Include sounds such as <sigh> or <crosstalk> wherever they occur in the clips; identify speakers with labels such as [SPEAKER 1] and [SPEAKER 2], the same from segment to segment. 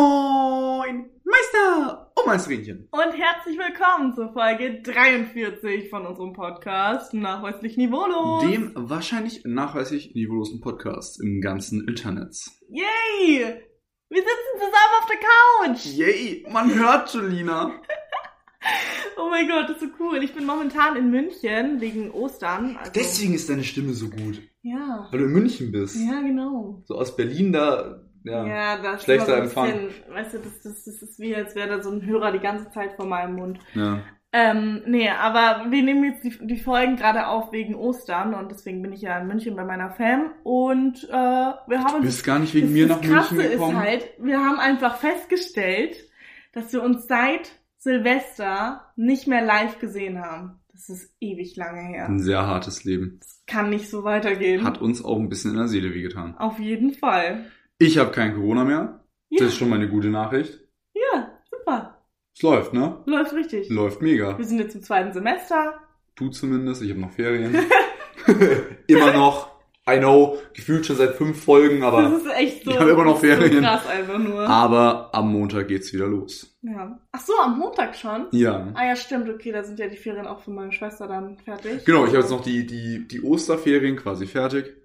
[SPEAKER 1] Moin, Meister Omansrinchen.
[SPEAKER 2] Und herzlich willkommen zur Folge 43 von unserem Podcast Nachweislich Niveaulos.
[SPEAKER 1] Dem wahrscheinlich nachweislich niveaulosen Podcast im ganzen Internet.
[SPEAKER 2] Yay! Wir sitzen zusammen auf der Couch.
[SPEAKER 1] Yay, man hört schon, Lina. Hm.
[SPEAKER 2] Oh mein Gott, das ist so cool. Ich bin momentan in München wegen Ostern. Also,
[SPEAKER 1] Deswegen ist deine Stimme so gut,
[SPEAKER 2] Ja.
[SPEAKER 1] weil du in München bist.
[SPEAKER 2] Ja, genau.
[SPEAKER 1] So aus Berlin da, ja.
[SPEAKER 2] das
[SPEAKER 1] schlechter
[SPEAKER 2] immer so ein
[SPEAKER 1] Empfang.
[SPEAKER 2] Bisschen, weißt du, das, das, das ist wie, als wäre da so ein Hörer die ganze Zeit vor meinem Mund.
[SPEAKER 1] ja.
[SPEAKER 2] Ähm, nee, aber wir nehmen jetzt die, die Folgen gerade auf wegen Ostern und deswegen bin ich ja in München bei meiner Fam und äh, wir haben
[SPEAKER 1] Du
[SPEAKER 2] uns
[SPEAKER 1] bist gar nicht wegen mir nach München
[SPEAKER 2] Krasse
[SPEAKER 1] gekommen.
[SPEAKER 2] ist halt, wir haben einfach festgestellt, dass wir uns seit Silvester nicht mehr live gesehen haben. Das ist ewig lange her.
[SPEAKER 1] Ein sehr hartes Leben.
[SPEAKER 2] Das kann nicht so weitergehen.
[SPEAKER 1] Hm. Hat uns auch ein bisschen in der Seele wehgetan.
[SPEAKER 2] Auf jeden Fall.
[SPEAKER 1] Ich habe kein Corona mehr.
[SPEAKER 2] Ja,
[SPEAKER 1] Das ist schon mal eine gute Nachricht.
[SPEAKER 2] ja, super.
[SPEAKER 1] Es läuft, ne?
[SPEAKER 2] Läuft richtig.
[SPEAKER 1] Läuft mega.
[SPEAKER 2] Wir sind jetzt im zweiten Semester.
[SPEAKER 1] Du zumindest, ich habe noch Ferien. <laughs> immer noch. I know, gefühlt schon seit fünf Folgen,
[SPEAKER 2] das
[SPEAKER 1] aber,
[SPEAKER 2] ist echt so,
[SPEAKER 1] Ich hab immer noch
[SPEAKER 2] so
[SPEAKER 1] Ferien. Ah.
[SPEAKER 2] krass einfach nur.
[SPEAKER 1] aber am Montag geht's wieder los.
[SPEAKER 2] Ja. Ach so, am Montag schon?
[SPEAKER 1] Ja.
[SPEAKER 2] Ah ja, stimmt. Okay, da sind ja die Ferien auch für meine Schwester dann fertig.
[SPEAKER 1] Genau, ich habe jetzt noch die, die, die Osterferien quasi fertig.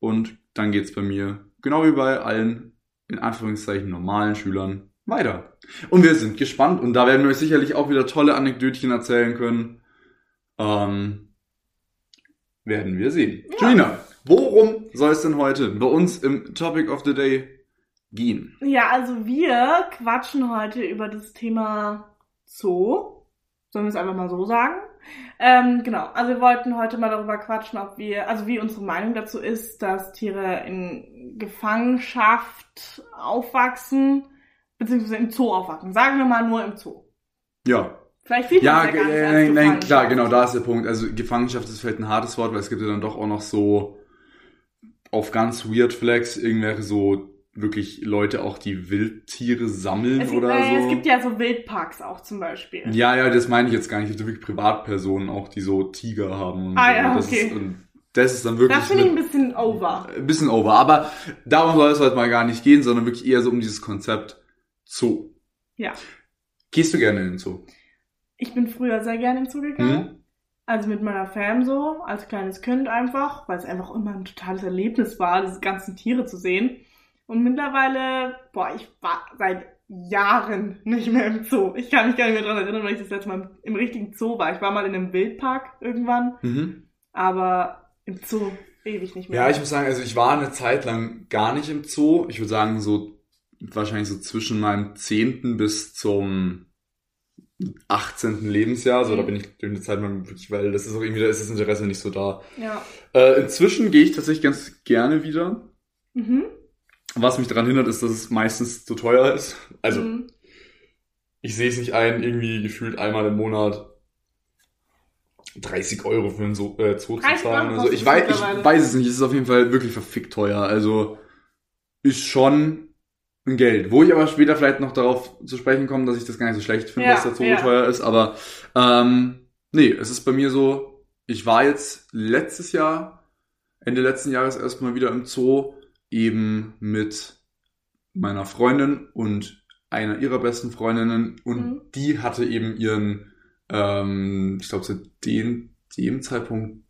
[SPEAKER 1] Und dann geht's bei mir, genau wie bei allen, in Anführungszeichen, normalen Schülern, weiter. Und wir sind gespannt und da werden wir euch sicherlich auch wieder tolle Anekdötchen erzählen können. Ähm, werden wir sehen.
[SPEAKER 2] Ja.
[SPEAKER 1] Julina, worum soll es denn heute bei uns im Topic of the Day gehen?
[SPEAKER 2] Ja, also wir quatschen heute über das Thema Zoo. Sollen wir es einfach mal so sagen? Ähm, genau, also wir wollten heute mal darüber quatschen, ob wir, also wie unsere Meinung dazu ist, dass Tiere in Gefangenschaft aufwachsen, beziehungsweise im Zoo aufwachsen. Sagen wir mal nur im Zoo.
[SPEAKER 1] Ja,
[SPEAKER 2] Vielleicht sieht
[SPEAKER 1] Ja,
[SPEAKER 2] man es ja gar nicht
[SPEAKER 1] äh,
[SPEAKER 2] als
[SPEAKER 1] nein, nein,
[SPEAKER 2] Gefangenschaft.
[SPEAKER 1] klar, genau, da ist der Punkt. Also Gefangenschaft ist vielleicht ein hartes Wort, weil es gibt ja dann doch auch noch so auf ganz weird Flags irgendwelche so wirklich Leute auch, die Wildtiere sammeln
[SPEAKER 2] Es gibt,
[SPEAKER 1] oder
[SPEAKER 2] äh,
[SPEAKER 1] so.
[SPEAKER 2] es gibt ja so Wildparks auch zum Beispiel.
[SPEAKER 1] ja, ja, das meine ich jetzt gar nicht. Es gibt wirklich Privatpersonen auch, die so Tiger haben. Und
[SPEAKER 2] Ah,
[SPEAKER 1] so.
[SPEAKER 2] ja,
[SPEAKER 1] das
[SPEAKER 2] okay.
[SPEAKER 1] Ist, und das ist dann wirklich
[SPEAKER 2] das finde ich ein
[SPEAKER 1] mit-
[SPEAKER 2] bisschen over.
[SPEAKER 1] ein bisschen over. Aber darum soll es heute mal gar nicht gehen, sondern wirklich eher so um dieses Konzept Zoo.
[SPEAKER 2] Ja.
[SPEAKER 1] Gehst du gerne in den Zoo?
[SPEAKER 2] Ich bin früher sehr gerne in den Zoo gegangen.
[SPEAKER 1] Hm?
[SPEAKER 2] Also mit meiner Fam so, als kleines Kind einfach, weil es einfach immer ein totales Erlebnis war, diese ganzen Tiere zu sehen. Und mittlerweile, boah, ich war seit Jahren nicht mehr im Zoo. Ich kann mich gar nicht mehr daran erinnern, weil ich das letzte Mal im, im richtigen Zoo war. Ich war mal in einem Wildpark irgendwann,
[SPEAKER 1] Mhm.
[SPEAKER 2] aber im Zoo ewig nicht mehr.
[SPEAKER 1] Ja, ich muss sagen, also ich war eine Zeit lang gar nicht im Zoo. Ich würde sagen, so wahrscheinlich so zwischen meinem 10. bis zum 18. Lebensjahr. So, da
[SPEAKER 2] Mhm.
[SPEAKER 1] bin ich durch eine Zeit mal wirklich, weil das ist auch irgendwie, da ist das Interesse nicht so da.
[SPEAKER 2] ja.
[SPEAKER 1] Äh, inzwischen gehe ich tatsächlich ganz gerne wieder.
[SPEAKER 2] Mhm.
[SPEAKER 1] Was mich daran hindert, ist, dass es meistens zu teuer ist. Also,
[SPEAKER 2] Mhm.
[SPEAKER 1] ich sehe es nicht ein, irgendwie gefühlt einmal im Monat 30 Euro für einen Zoo, äh, Zoo zu
[SPEAKER 2] 30 Euro
[SPEAKER 1] zahlen. Also
[SPEAKER 2] kostet
[SPEAKER 1] ich
[SPEAKER 2] es
[SPEAKER 1] weiß, ich
[SPEAKER 2] mittlerweile.
[SPEAKER 1] weiß es nicht. Es ist auf jeden Fall wirklich verfickt teuer. Also ist schon ein Geld. Wo ich aber später vielleicht noch darauf zu sprechen komme, dass ich das gar nicht so schlecht finde,
[SPEAKER 2] Ja,
[SPEAKER 1] dass der Zoo
[SPEAKER 2] ja.
[SPEAKER 1] teuer ist. Aber ähm, nee, es ist bei mir so, ich war jetzt letztes Jahr, Ende letzten Jahres erstmal wieder im Zoo, eben mit meiner Freundin und einer ihrer besten Freundinnen und
[SPEAKER 2] Mhm.
[SPEAKER 1] die hatte eben ihren, ähm, ich glaube, zu dem, dem Zeitpunkt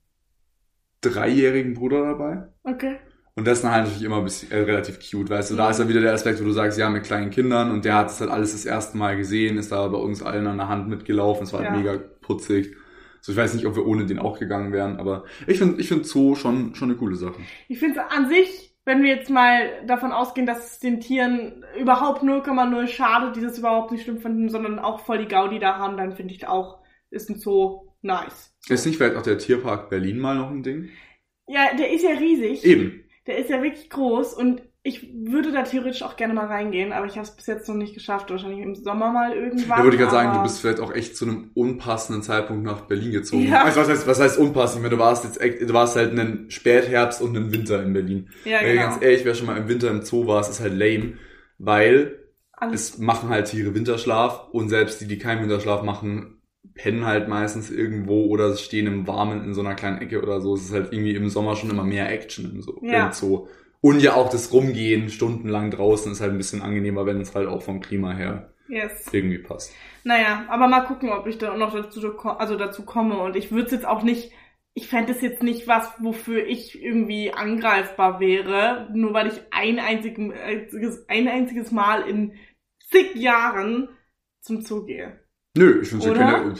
[SPEAKER 1] dreijährigen Bruder dabei.
[SPEAKER 2] Okay.
[SPEAKER 1] Und das ist dann halt natürlich immer ein bisschen, äh, relativ cute, weißt du, da
[SPEAKER 2] Mhm.
[SPEAKER 1] ist ja wieder der Aspekt, wo du sagst, ja, mit kleinen Kindern und der hat es halt alles das erste Mal gesehen, ist da bei uns allen an der Hand mitgelaufen, es war halt
[SPEAKER 2] Ja.
[SPEAKER 1] mega putzig. So, ich weiß nicht, ob wir ohne den auch gegangen wären, aber ich finde ich find Zoo schon, schon eine coole Sache.
[SPEAKER 2] Ich finde es an sich, wenn wir jetzt mal davon ausgehen, dass es den Tieren überhaupt 0,0 schadet, die das überhaupt nicht schlimm finden, sondern auch voll die Gaudi da haben, dann finde ich auch, ist ein Zoo nice.
[SPEAKER 1] Ist nicht vielleicht auch der Tierpark Berlin mal noch ein Ding?
[SPEAKER 2] Ja, der ist ja riesig.
[SPEAKER 1] Eben.
[SPEAKER 2] Der ist ja wirklich groß und ich würde da theoretisch auch gerne mal reingehen, aber ich habe es bis jetzt noch nicht geschafft. Wahrscheinlich im Sommer mal irgendwann.
[SPEAKER 1] Da würde ich gerade sagen, du
[SPEAKER 2] aber-
[SPEAKER 1] bist vielleicht auch echt zu einem unpassenden Zeitpunkt nach Berlin gezogen.
[SPEAKER 2] Ja.
[SPEAKER 1] Also was heißt, was heißt unpassend? Wenn du warst jetzt, echt- du warst halt einen Spätherbst und einen Winter in Berlin.
[SPEAKER 2] Ja,
[SPEAKER 1] Weil
[SPEAKER 2] genau.
[SPEAKER 1] Ganz ehrlich, wer schon mal im Winter im Zoo war, es ist halt lame, weil
[SPEAKER 2] Alles-
[SPEAKER 1] es machen halt Tiere Winterschlaf und selbst die, die keinen Winterschlaf machen, pennen halt meistens irgendwo oder stehen im Warmen in so einer kleinen Ecke oder so. Es ist halt irgendwie im Sommer schon immer mehr Action im, so
[SPEAKER 2] Ja.
[SPEAKER 1] im Zoo. Und ja auch das Rumgehen stundenlang draußen ist halt ein bisschen angenehmer, wenn es halt auch vom Klima her
[SPEAKER 2] Yes.
[SPEAKER 1] irgendwie passt.
[SPEAKER 2] Naja, aber mal gucken, ob ich da noch dazu, ko- also dazu komme. Und ich würde es jetzt auch nicht, ich fände es jetzt nicht was, wofür ich irgendwie angreifbar wäre, nur weil ich ein einzigen- einziges, ein einziges Mal in zig Jahren zum Zoo gehe.
[SPEAKER 1] Nö, ich finde ja
[SPEAKER 2] Oder?
[SPEAKER 1] generell,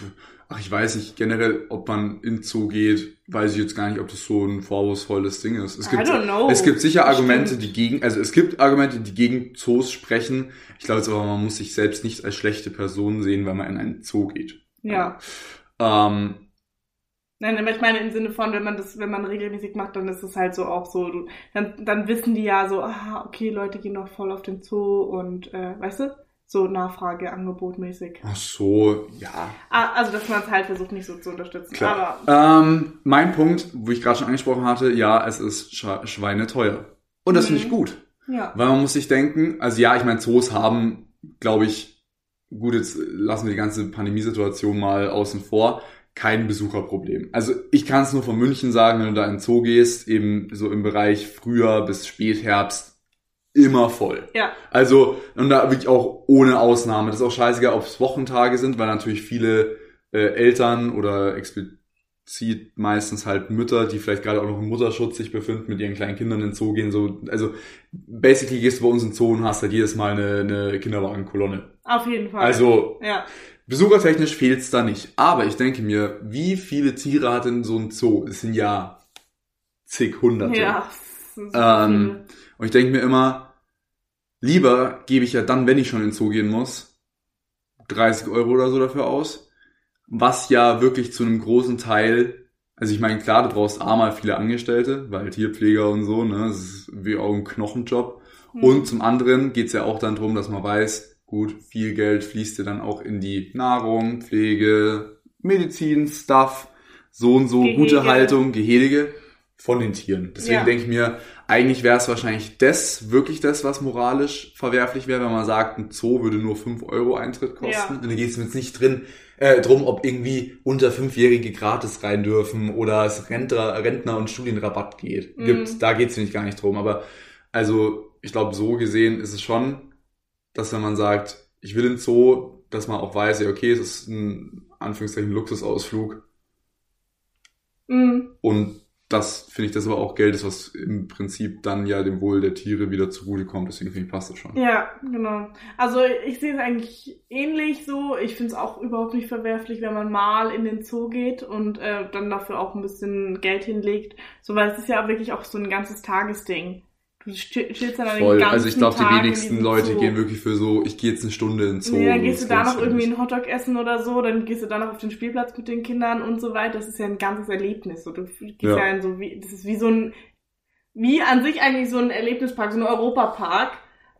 [SPEAKER 1] ach, ich weiß nicht generell, ob man in Zoo geht, weiß ich jetzt gar nicht, ob das so ein vorwurfsvolles Ding ist. Es
[SPEAKER 2] I
[SPEAKER 1] gibt,
[SPEAKER 2] don't know.
[SPEAKER 1] es gibt sicher
[SPEAKER 2] Bestimmt.
[SPEAKER 1] Argumente, die gegen, also es gibt Argumente, die gegen Zoos sprechen. Ich glaube jetzt aber, man muss sich selbst nicht als schlechte Person sehen, wenn man in einen Zoo geht.
[SPEAKER 2] Ja.
[SPEAKER 1] Ähm,
[SPEAKER 2] Nein, aber ich meine im Sinne von, wenn man das, wenn man regelmäßig macht, dann ist es halt so auch so, du, dann, dann wissen die ja so, ah, okay, Leute gehen noch voll auf den Zoo und, äh, weißt du, so Nachfrage, Angebot mäßig.
[SPEAKER 1] ach so, ja,
[SPEAKER 2] Ah, also, dass man es halt versucht, nicht so zu unterstützen.
[SPEAKER 1] Klar.
[SPEAKER 2] Aber
[SPEAKER 1] Ähm, mein Punkt, wo ich gerade schon angesprochen hatte, ja, es ist Scha- schweineteuer. Und das finde ich
[SPEAKER 2] Mhm.
[SPEAKER 1] gut.
[SPEAKER 2] ja,
[SPEAKER 1] Weil man muss sich denken, also ja, ich meine, Zoos haben, glaube ich, gut, jetzt lassen wir die ganze Pandemiesituation mal außen vor, kein Besucherproblem. Also ich kann es nur von München sagen, wenn du da in den Zoo gehst, eben so im Bereich Frühjahr bis Spätherbst, immer voll.
[SPEAKER 2] Ja.
[SPEAKER 1] Also, und da wirklich auch ohne Ausnahme. Das ist auch scheißegal, ob es Wochentage sind, weil natürlich viele äh, Eltern oder explizit meistens halt Mütter, die vielleicht gerade auch noch im Mutterschutz sich befinden, mit ihren kleinen Kindern in den Zoo gehen. So, also basically gehst du bei uns in den Zoo und hast halt jedes Mal eine, eine Kinderwagenkolonne.
[SPEAKER 2] auf jeden Fall.
[SPEAKER 1] Also
[SPEAKER 2] Ja,
[SPEAKER 1] besuchertechnisch fehlt's da nicht. Aber ich denke mir, wie viele Tiere hat denn so ein Zoo? Es sind ja zig hunderte.
[SPEAKER 2] ja. das sind so
[SPEAKER 1] Ähm, Und ich denke mir immer, lieber gebe ich ja dann, wenn ich schon in den Zoo gehen muss, 30 Euro oder so dafür aus. Was ja wirklich zu einem großen Teil, also ich meine, klar, du brauchst A mal viele Angestellte, weil Tierpfleger und so, ne, das ist wie auch ein Knochenjob.
[SPEAKER 2] viele.
[SPEAKER 1] Und zum anderen geht's ja auch dann drum, dass man weiß, gut, viel Geld fließt dir dann auch in die Nahrung, Pflege, Medizin, Stuff, so und so, gute
[SPEAKER 2] Gehege.
[SPEAKER 1] Haltung, Gehege von den Tieren. Deswegen
[SPEAKER 2] Ja.
[SPEAKER 1] denke ich mir, eigentlich wäre es wahrscheinlich das, wirklich das, was moralisch verwerflich wäre, wenn man sagt, ein Zoo würde nur 5 Euro Eintritt kosten.
[SPEAKER 2] Ja.
[SPEAKER 1] Und da geht's mir jetzt nicht drin äh, drum, ob irgendwie unter Fünfjährige gratis rein dürfen oder es Rentner, Rentner und Studienrabatt geht,
[SPEAKER 2] Mhm.
[SPEAKER 1] gibt. Da geht's mir nicht gar nicht drum. Aber also ich glaube, so gesehen ist es schon, dass wenn man sagt, ich will in den Zoo, dass man auch weiß, ja, okay, es ist ein Anführungszeichen Luxusausflug
[SPEAKER 2] Mhm.
[SPEAKER 1] und das finde ich, das aber auch Geld ist, was im Prinzip dann ja dem Wohl der Tiere wieder zugutekommt. Deswegen finde ich, passt das schon.
[SPEAKER 2] Hm, Ja, genau. Also ich sehe es eigentlich ähnlich so. Ich finde es auch überhaupt nicht verwerflich, wenn man mal in den Zoo geht und äh, dann dafür auch ein bisschen Geld hinlegt. So, weil es ist ja wirklich auch so ein ganzes Tagesding. Du chill- chillst dann den
[SPEAKER 1] Voll.
[SPEAKER 2] ganzen
[SPEAKER 1] Also ich glaube,
[SPEAKER 2] Tag
[SPEAKER 1] die
[SPEAKER 2] in
[SPEAKER 1] wenigsten
[SPEAKER 2] diesem
[SPEAKER 1] Leute
[SPEAKER 2] Zoo.
[SPEAKER 1] gehen wirklich für so, ich gehe jetzt eine Stunde in den Zoo.
[SPEAKER 2] Nee, dann
[SPEAKER 1] So,
[SPEAKER 2] gehst
[SPEAKER 1] das
[SPEAKER 2] du da
[SPEAKER 1] glaubst
[SPEAKER 2] noch irgendwie
[SPEAKER 1] nicht.
[SPEAKER 2] einen Hotdog essen oder so, dann gehst du da noch auf den Spielplatz mit den Kindern und so weiter. Das ist ja ein ganzes Erlebnis. So, du gehst
[SPEAKER 1] Ja.
[SPEAKER 2] ja, in so wie, das ist wie so ein, wie an sich eigentlich so ein Erlebnispark, so ein Europapark,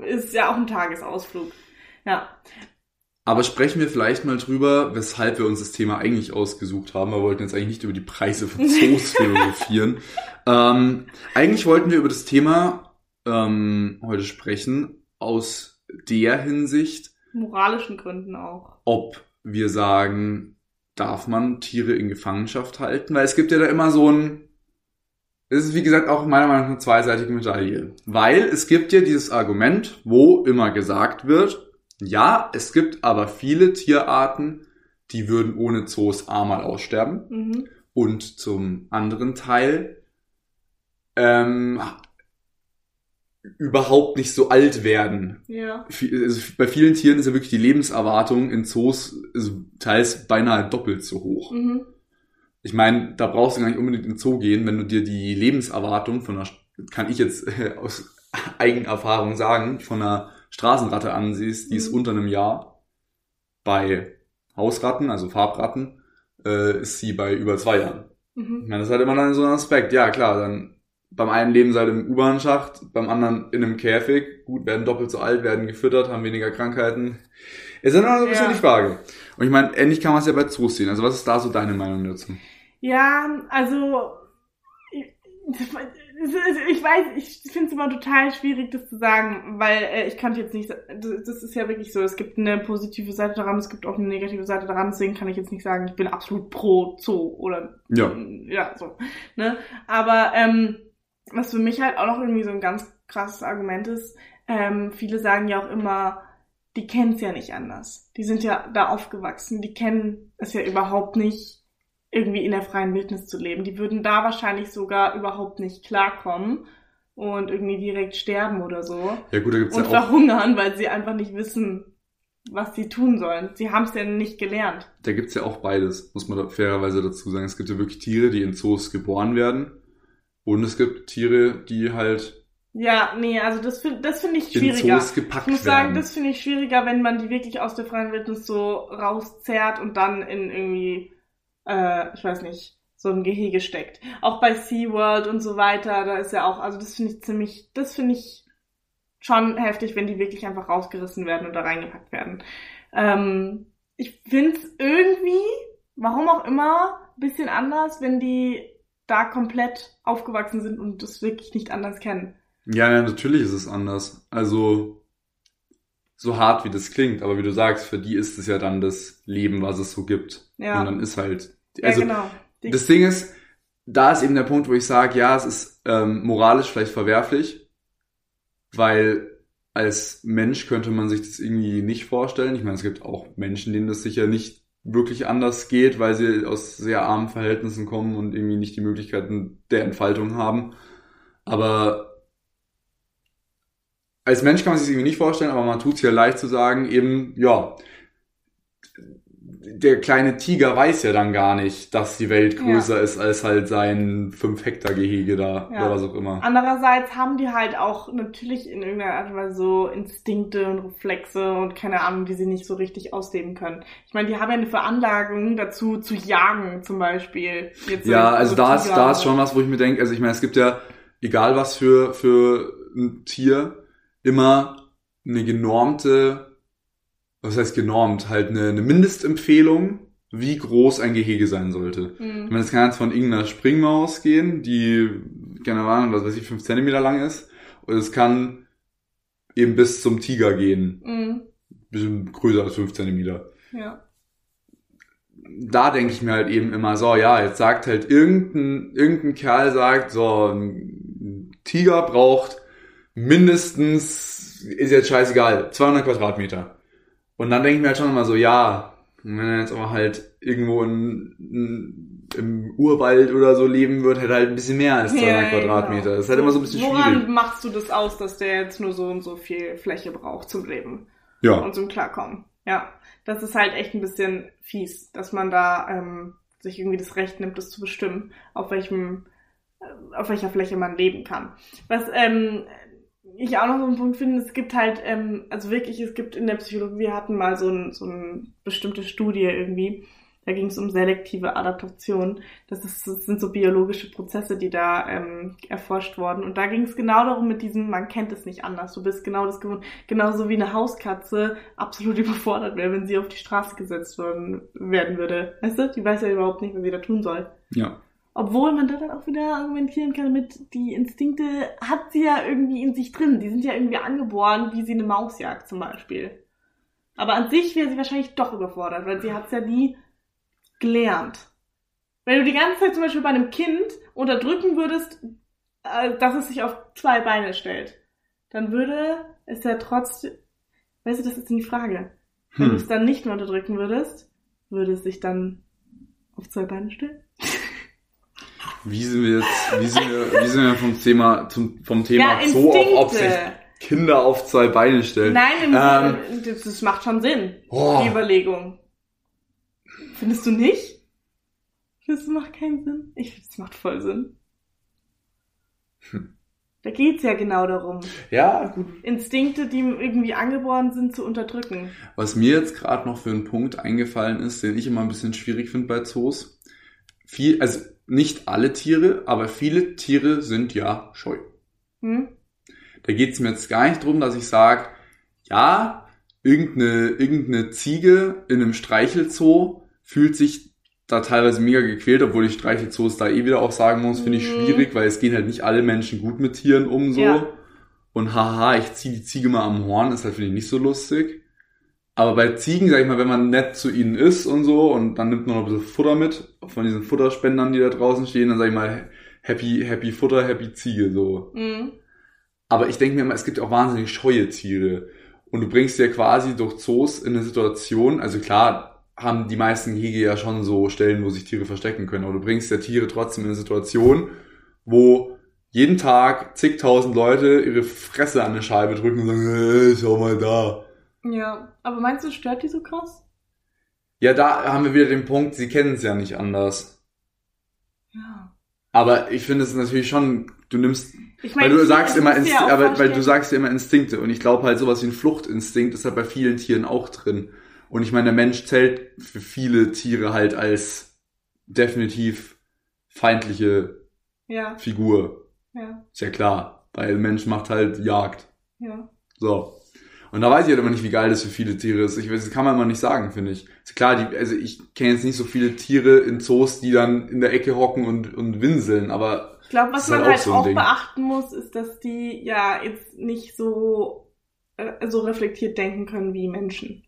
[SPEAKER 2] ist ja auch ein Tagesausflug. Ja.
[SPEAKER 1] Aber sprechen wir vielleicht mal drüber, weshalb wir uns das Thema eigentlich ausgesucht haben. Wir wollten jetzt eigentlich nicht über die Preise von Zoos philosophieren. ähm, eigentlich wollten wir über das Thema ähm, heute sprechen, aus der Hinsicht,
[SPEAKER 2] Moralischen Gründen auch.
[SPEAKER 1] ob wir sagen, darf man Tiere in Gefangenschaft halten? Weil es gibt ja da immer so ein. Es ist wie gesagt auch meiner Meinung nach eine zweiseitige Medaille. Weil es gibt ja dieses Argument, wo immer gesagt wird, ja, es gibt aber viele Tierarten, die würden ohne Zoos A mal aussterben.
[SPEAKER 2] Mhm.
[SPEAKER 1] Und zum anderen Teil ähm, überhaupt nicht so alt werden,
[SPEAKER 2] Ja.
[SPEAKER 1] viel- also bei vielen Tieren ist ja wirklich die Lebenserwartung in Zoos also teils beinahe doppelt so hoch.
[SPEAKER 2] Mhm.
[SPEAKER 1] Ich meine, da brauchst du gar nicht unbedingt in den Zoo gehen, wenn du dir die Lebenserwartung von einer, kann ich jetzt äh, <laughs> aus Eigenerfahrung sagen, von einer Straßenratte ansiehst, die ist
[SPEAKER 2] Mhm.
[SPEAKER 1] unter einem Jahr. Bei Hausratten, also Farbratten, äh, ist sie bei über zwei Jahren. Ich
[SPEAKER 2] Mhm.
[SPEAKER 1] meine, das ist halt immer dann so ein Aspekt. Ja, klar, dann beim einen leben sie halt im U-Bahn-Schacht, beim anderen in einem Käfig. Gut, werden doppelt so alt, werden gefüttert, haben weniger Krankheiten. Ist dann immer so ein bisschen
[SPEAKER 2] Ja.
[SPEAKER 1] die Frage. Und ich meine, ähnlich kann man es ja bei Zoos sehen. Also was ist da so deine Meinung dazu?
[SPEAKER 2] Ja, also ich, ich weiß, ich finde es immer total schwierig, das zu sagen, weil äh, ich kann jetzt nicht, sa- das das ist ja wirklich so, es gibt eine positive Seite daran, es gibt auch eine negative Seite daran, deswegen kann ich jetzt nicht sagen, ich bin absolut pro Zoo oder
[SPEAKER 1] Ja.
[SPEAKER 2] ja, so. Ne? Aber ähm, was für mich halt auch noch irgendwie so ein ganz krasses Argument ist, ähm, viele sagen ja auch immer, die kennen es ja nicht anders. Die sind ja da aufgewachsen, die kennen es ja überhaupt nicht, irgendwie in der freien Wildnis zu leben. Die würden da wahrscheinlich sogar überhaupt nicht klarkommen und irgendwie direkt sterben oder so.
[SPEAKER 1] Ja gut, da gibt's
[SPEAKER 2] Und
[SPEAKER 1] ja auch,
[SPEAKER 2] verhungern, weil sie einfach nicht wissen, was sie tun sollen. Sie haben es ja nicht gelernt.
[SPEAKER 1] da gibt's ja auch beides, muss man da fairerweise dazu sagen. Es gibt ja wirklich Tiere, die in Zoos geboren werden. Und es gibt Tiere, die halt
[SPEAKER 2] Ja, nee, also das finde das find ich
[SPEAKER 1] in
[SPEAKER 2] schwieriger.
[SPEAKER 1] Zoos gepackt
[SPEAKER 2] Ich muss sagen,
[SPEAKER 1] werden.
[SPEAKER 2] das finde ich schwieriger, wenn man die wirklich aus der freien Wildnis so rauszerrt und dann in irgendwie, äh, ich weiß nicht, so ein Gehege steckt. Auch bei SeaWorld und so weiter, da ist ja auch, also das finde ich ziemlich, das finde ich schon heftig, wenn die wirklich einfach rausgerissen werden oder reingepackt werden. Ähm, ich finde es irgendwie, warum auch immer, ein bisschen anders, wenn die da komplett aufgewachsen sind und das wirklich nicht anders kennen.
[SPEAKER 1] ja, ja, natürlich ist es anders. Also, so hart wie das klingt, aber wie du sagst, für die ist es ja dann das Leben, was es so gibt.
[SPEAKER 2] Ja,
[SPEAKER 1] Und dann ist halt,
[SPEAKER 2] ja genau. Die-
[SPEAKER 1] Das Ding ist, da ist eben der Punkt, wo ich sage, ja, es ist ähm, moralisch vielleicht verwerflich, weil als Mensch könnte man sich das irgendwie nicht vorstellen. Ich meine, es gibt auch Menschen, denen das sicher nicht wirklich anders geht, weil sie aus sehr armen Verhältnissen kommen und irgendwie nicht die Möglichkeiten der Entfaltung haben. Aber als Mensch kann man sich das irgendwie nicht vorstellen, aber man tut es ja leicht zu sagen, eben, ja, der kleine Tiger weiß ja dann gar nicht, dass die Welt
[SPEAKER 2] Ja.
[SPEAKER 1] größer ist als halt sein 5-Hektar-Gehege da
[SPEAKER 2] Ja.
[SPEAKER 1] oder was auch immer.
[SPEAKER 2] Andererseits haben die halt auch natürlich in irgendeiner Art und Weise so Instinkte und Reflexe und keine Ahnung, die sie nicht so richtig ausleben können. Ich meine, die haben ja eine Veranlagung dazu, zu jagen zum Beispiel. Jetzt so-
[SPEAKER 1] Ja, also
[SPEAKER 2] so
[SPEAKER 1] da ist,
[SPEAKER 2] Tiger
[SPEAKER 1] da ist
[SPEAKER 2] oder-
[SPEAKER 1] schon was, wo ich mir denke, also ich meine, es gibt ja, egal was für, für ein Tier, immer eine genormte, was heißt genormt, halt eine, eine Mindestempfehlung, wie groß ein Gehege sein sollte. Ich
[SPEAKER 2] Hm.
[SPEAKER 1] meine, es kann jetzt von irgendeiner Springmaus gehen, die, keine Ahnung, was weiß ich, 5 Zentimeter lang ist, und es kann eben bis zum Tiger gehen,
[SPEAKER 2] Hm.
[SPEAKER 1] bisschen größer als 5 Zentimeter
[SPEAKER 2] Ja.
[SPEAKER 1] da denke ich mir halt eben immer so, ja, jetzt sagt halt irgendein, irgendein Kerl sagt, so, ein Tiger braucht mindestens, ist jetzt scheißegal, 200 Quadratmeter. Und dann denke ich mir halt schon immer so, ja, wenn er jetzt aber halt irgendwo in, in, im Urwald oder so leben wird, hätte er halt ein bisschen mehr als 200
[SPEAKER 2] Ja,
[SPEAKER 1] Quadratmeter.
[SPEAKER 2] genau.
[SPEAKER 1] Das ist halt immer so ein bisschen
[SPEAKER 2] Woran
[SPEAKER 1] schwierig.
[SPEAKER 2] machst du das aus, dass der jetzt nur so und so viel Fläche braucht zum Leben?
[SPEAKER 1] Ja.
[SPEAKER 2] und zum Klarkommen. Ja, das ist halt echt ein bisschen fies, dass man da ähm, sich irgendwie das Recht nimmt, das zu bestimmen, auf welchem, äh, auf welcher Fläche man leben kann. Was ähm, ich auch noch so einen Punkt finde, es gibt halt, ähm, also wirklich, es gibt in der Psychologie, wir hatten mal so, ein, so eine bestimmte Studie irgendwie, da ging es um selektive Adaptation. Das, ist, das sind so biologische Prozesse, die da ähm, erforscht wurden. Und da ging es genau darum mit diesem, man kennt es nicht anders, du bist genau das gewohnt genauso wie eine Hauskatze absolut <laughs> überfordert wäre, wenn sie auf die Straße gesetzt worden, werden würde. Weißt du, die weiß ja überhaupt nicht, was sie da tun soll.
[SPEAKER 1] Ja.
[SPEAKER 2] Obwohl man da dann auch wieder argumentieren kann mit, die Instinkte hat sie ja irgendwie in sich drin. Die sind ja irgendwie angeboren, wie sie eine Maus jagt zum Beispiel. Aber an sich wäre sie wahrscheinlich doch überfordert, weil sie hat es ja nie gelernt. Wenn du die ganze Zeit zum Beispiel bei einem Kind unterdrücken würdest, äh, dass es sich auf zwei Beine stellt, dann würde es ja trotzdem. Weißt du, das ist die Frage. Wenn du
[SPEAKER 1] Hm.
[SPEAKER 2] es dann nicht mehr unterdrücken würdest, würde es sich dann auf zwei Beine stellen?
[SPEAKER 1] Wie sind wir jetzt, wie sind wir, wie sind wir vom Thema, zum, vom Thema Zoo auf, ob sich Kinder auf zwei Beine stellen?
[SPEAKER 2] Nein, im
[SPEAKER 1] Ähm,
[SPEAKER 2] das, das macht schon Sinn,
[SPEAKER 1] Oh.
[SPEAKER 2] die Überlegung. Findest du nicht? Findest du, macht keinen Sinn? Ich finde, es macht voll Sinn.
[SPEAKER 1] Hm.
[SPEAKER 2] Da geht's ja genau darum,
[SPEAKER 1] Ja, gut.
[SPEAKER 2] Instinkte, die irgendwie angeboren sind, zu unterdrücken.
[SPEAKER 1] Was mir jetzt gerade noch für einen Punkt eingefallen ist, den ich immer ein bisschen schwierig finde bei Zoos. Viel, also nicht alle Tiere, aber viele Tiere sind ja scheu.
[SPEAKER 2] Hm?
[SPEAKER 1] Da geht es mir jetzt gar nicht drum, dass ich sage, ja, irgendeine, irgendeine Ziege in einem Streichelzoo fühlt sich da teilweise mega gequält, obwohl ich Streichelzoos da eh wieder auch sagen muss, finde ich
[SPEAKER 2] Mhm.
[SPEAKER 1] schwierig, weil es gehen halt nicht alle Menschen gut mit Tieren um so.
[SPEAKER 2] Ja.
[SPEAKER 1] Und haha, ich ziehe die Ziege mal am Horn, ist halt finde ich nicht so lustig. Aber bei Ziegen, sag ich mal, wenn man nett zu ihnen ist und so und dann nimmt man noch ein bisschen Futter mit von diesen Futterspendern, die da draußen stehen, dann sag ich mal, happy, happy Futter, happy Ziege, so.
[SPEAKER 2] Mhm.
[SPEAKER 1] Aber ich denke mir immer, es gibt auch wahnsinnig scheue Tiere. Und du bringst dir quasi durch Zoos in eine Situation, also klar haben die meisten Gehege ja schon so Stellen, wo sich Tiere verstecken können, aber du bringst ja Tiere trotzdem in eine Situation, wo jeden Tag zigtausend Leute ihre Fresse an eine Scheibe drücken und sagen, hey, schau mal da.
[SPEAKER 2] Ja. Aber meinst du, stört die so krass?
[SPEAKER 1] Ja, da haben wir wieder den Punkt, sie kennen es ja nicht anders.
[SPEAKER 2] Ja.
[SPEAKER 1] Aber ich finde es natürlich schon, du nimmst
[SPEAKER 2] Ich
[SPEAKER 1] Weil
[SPEAKER 2] meine,
[SPEAKER 1] du
[SPEAKER 2] ich-
[SPEAKER 1] sagst
[SPEAKER 2] ich
[SPEAKER 1] immer
[SPEAKER 2] muss dir
[SPEAKER 1] Inst
[SPEAKER 2] auch
[SPEAKER 1] aber, weil du
[SPEAKER 2] vorstellen-
[SPEAKER 1] sagst ja immer Instinkte und ich glaube halt sowas wie ein Fluchtinstinkt ist halt bei vielen Tieren auch drin. Und ich meine, der Mensch zählt für viele Tiere halt als definitiv feindliche
[SPEAKER 2] Ja,
[SPEAKER 1] Figur.
[SPEAKER 2] ja,
[SPEAKER 1] Ist ja klar, weil ein Mensch macht halt Jagd.
[SPEAKER 2] ja.
[SPEAKER 1] So. Und da weiß ich halt immer nicht, wie geil das für viele Tiere ist. Ich weiß, das kann man immer nicht sagen, finde ich. Ist klar, die, also ich kenne jetzt nicht so viele Tiere in Zoos, die dann in der Ecke hocken und, und winseln, aber
[SPEAKER 2] Ich glaube,
[SPEAKER 1] Das
[SPEAKER 2] was
[SPEAKER 1] ist
[SPEAKER 2] man
[SPEAKER 1] halt auch
[SPEAKER 2] halt
[SPEAKER 1] so ein
[SPEAKER 2] auch
[SPEAKER 1] Ding.
[SPEAKER 2] beachten muss, ist, dass die ja jetzt nicht so, äh, so reflektiert denken können wie Menschen.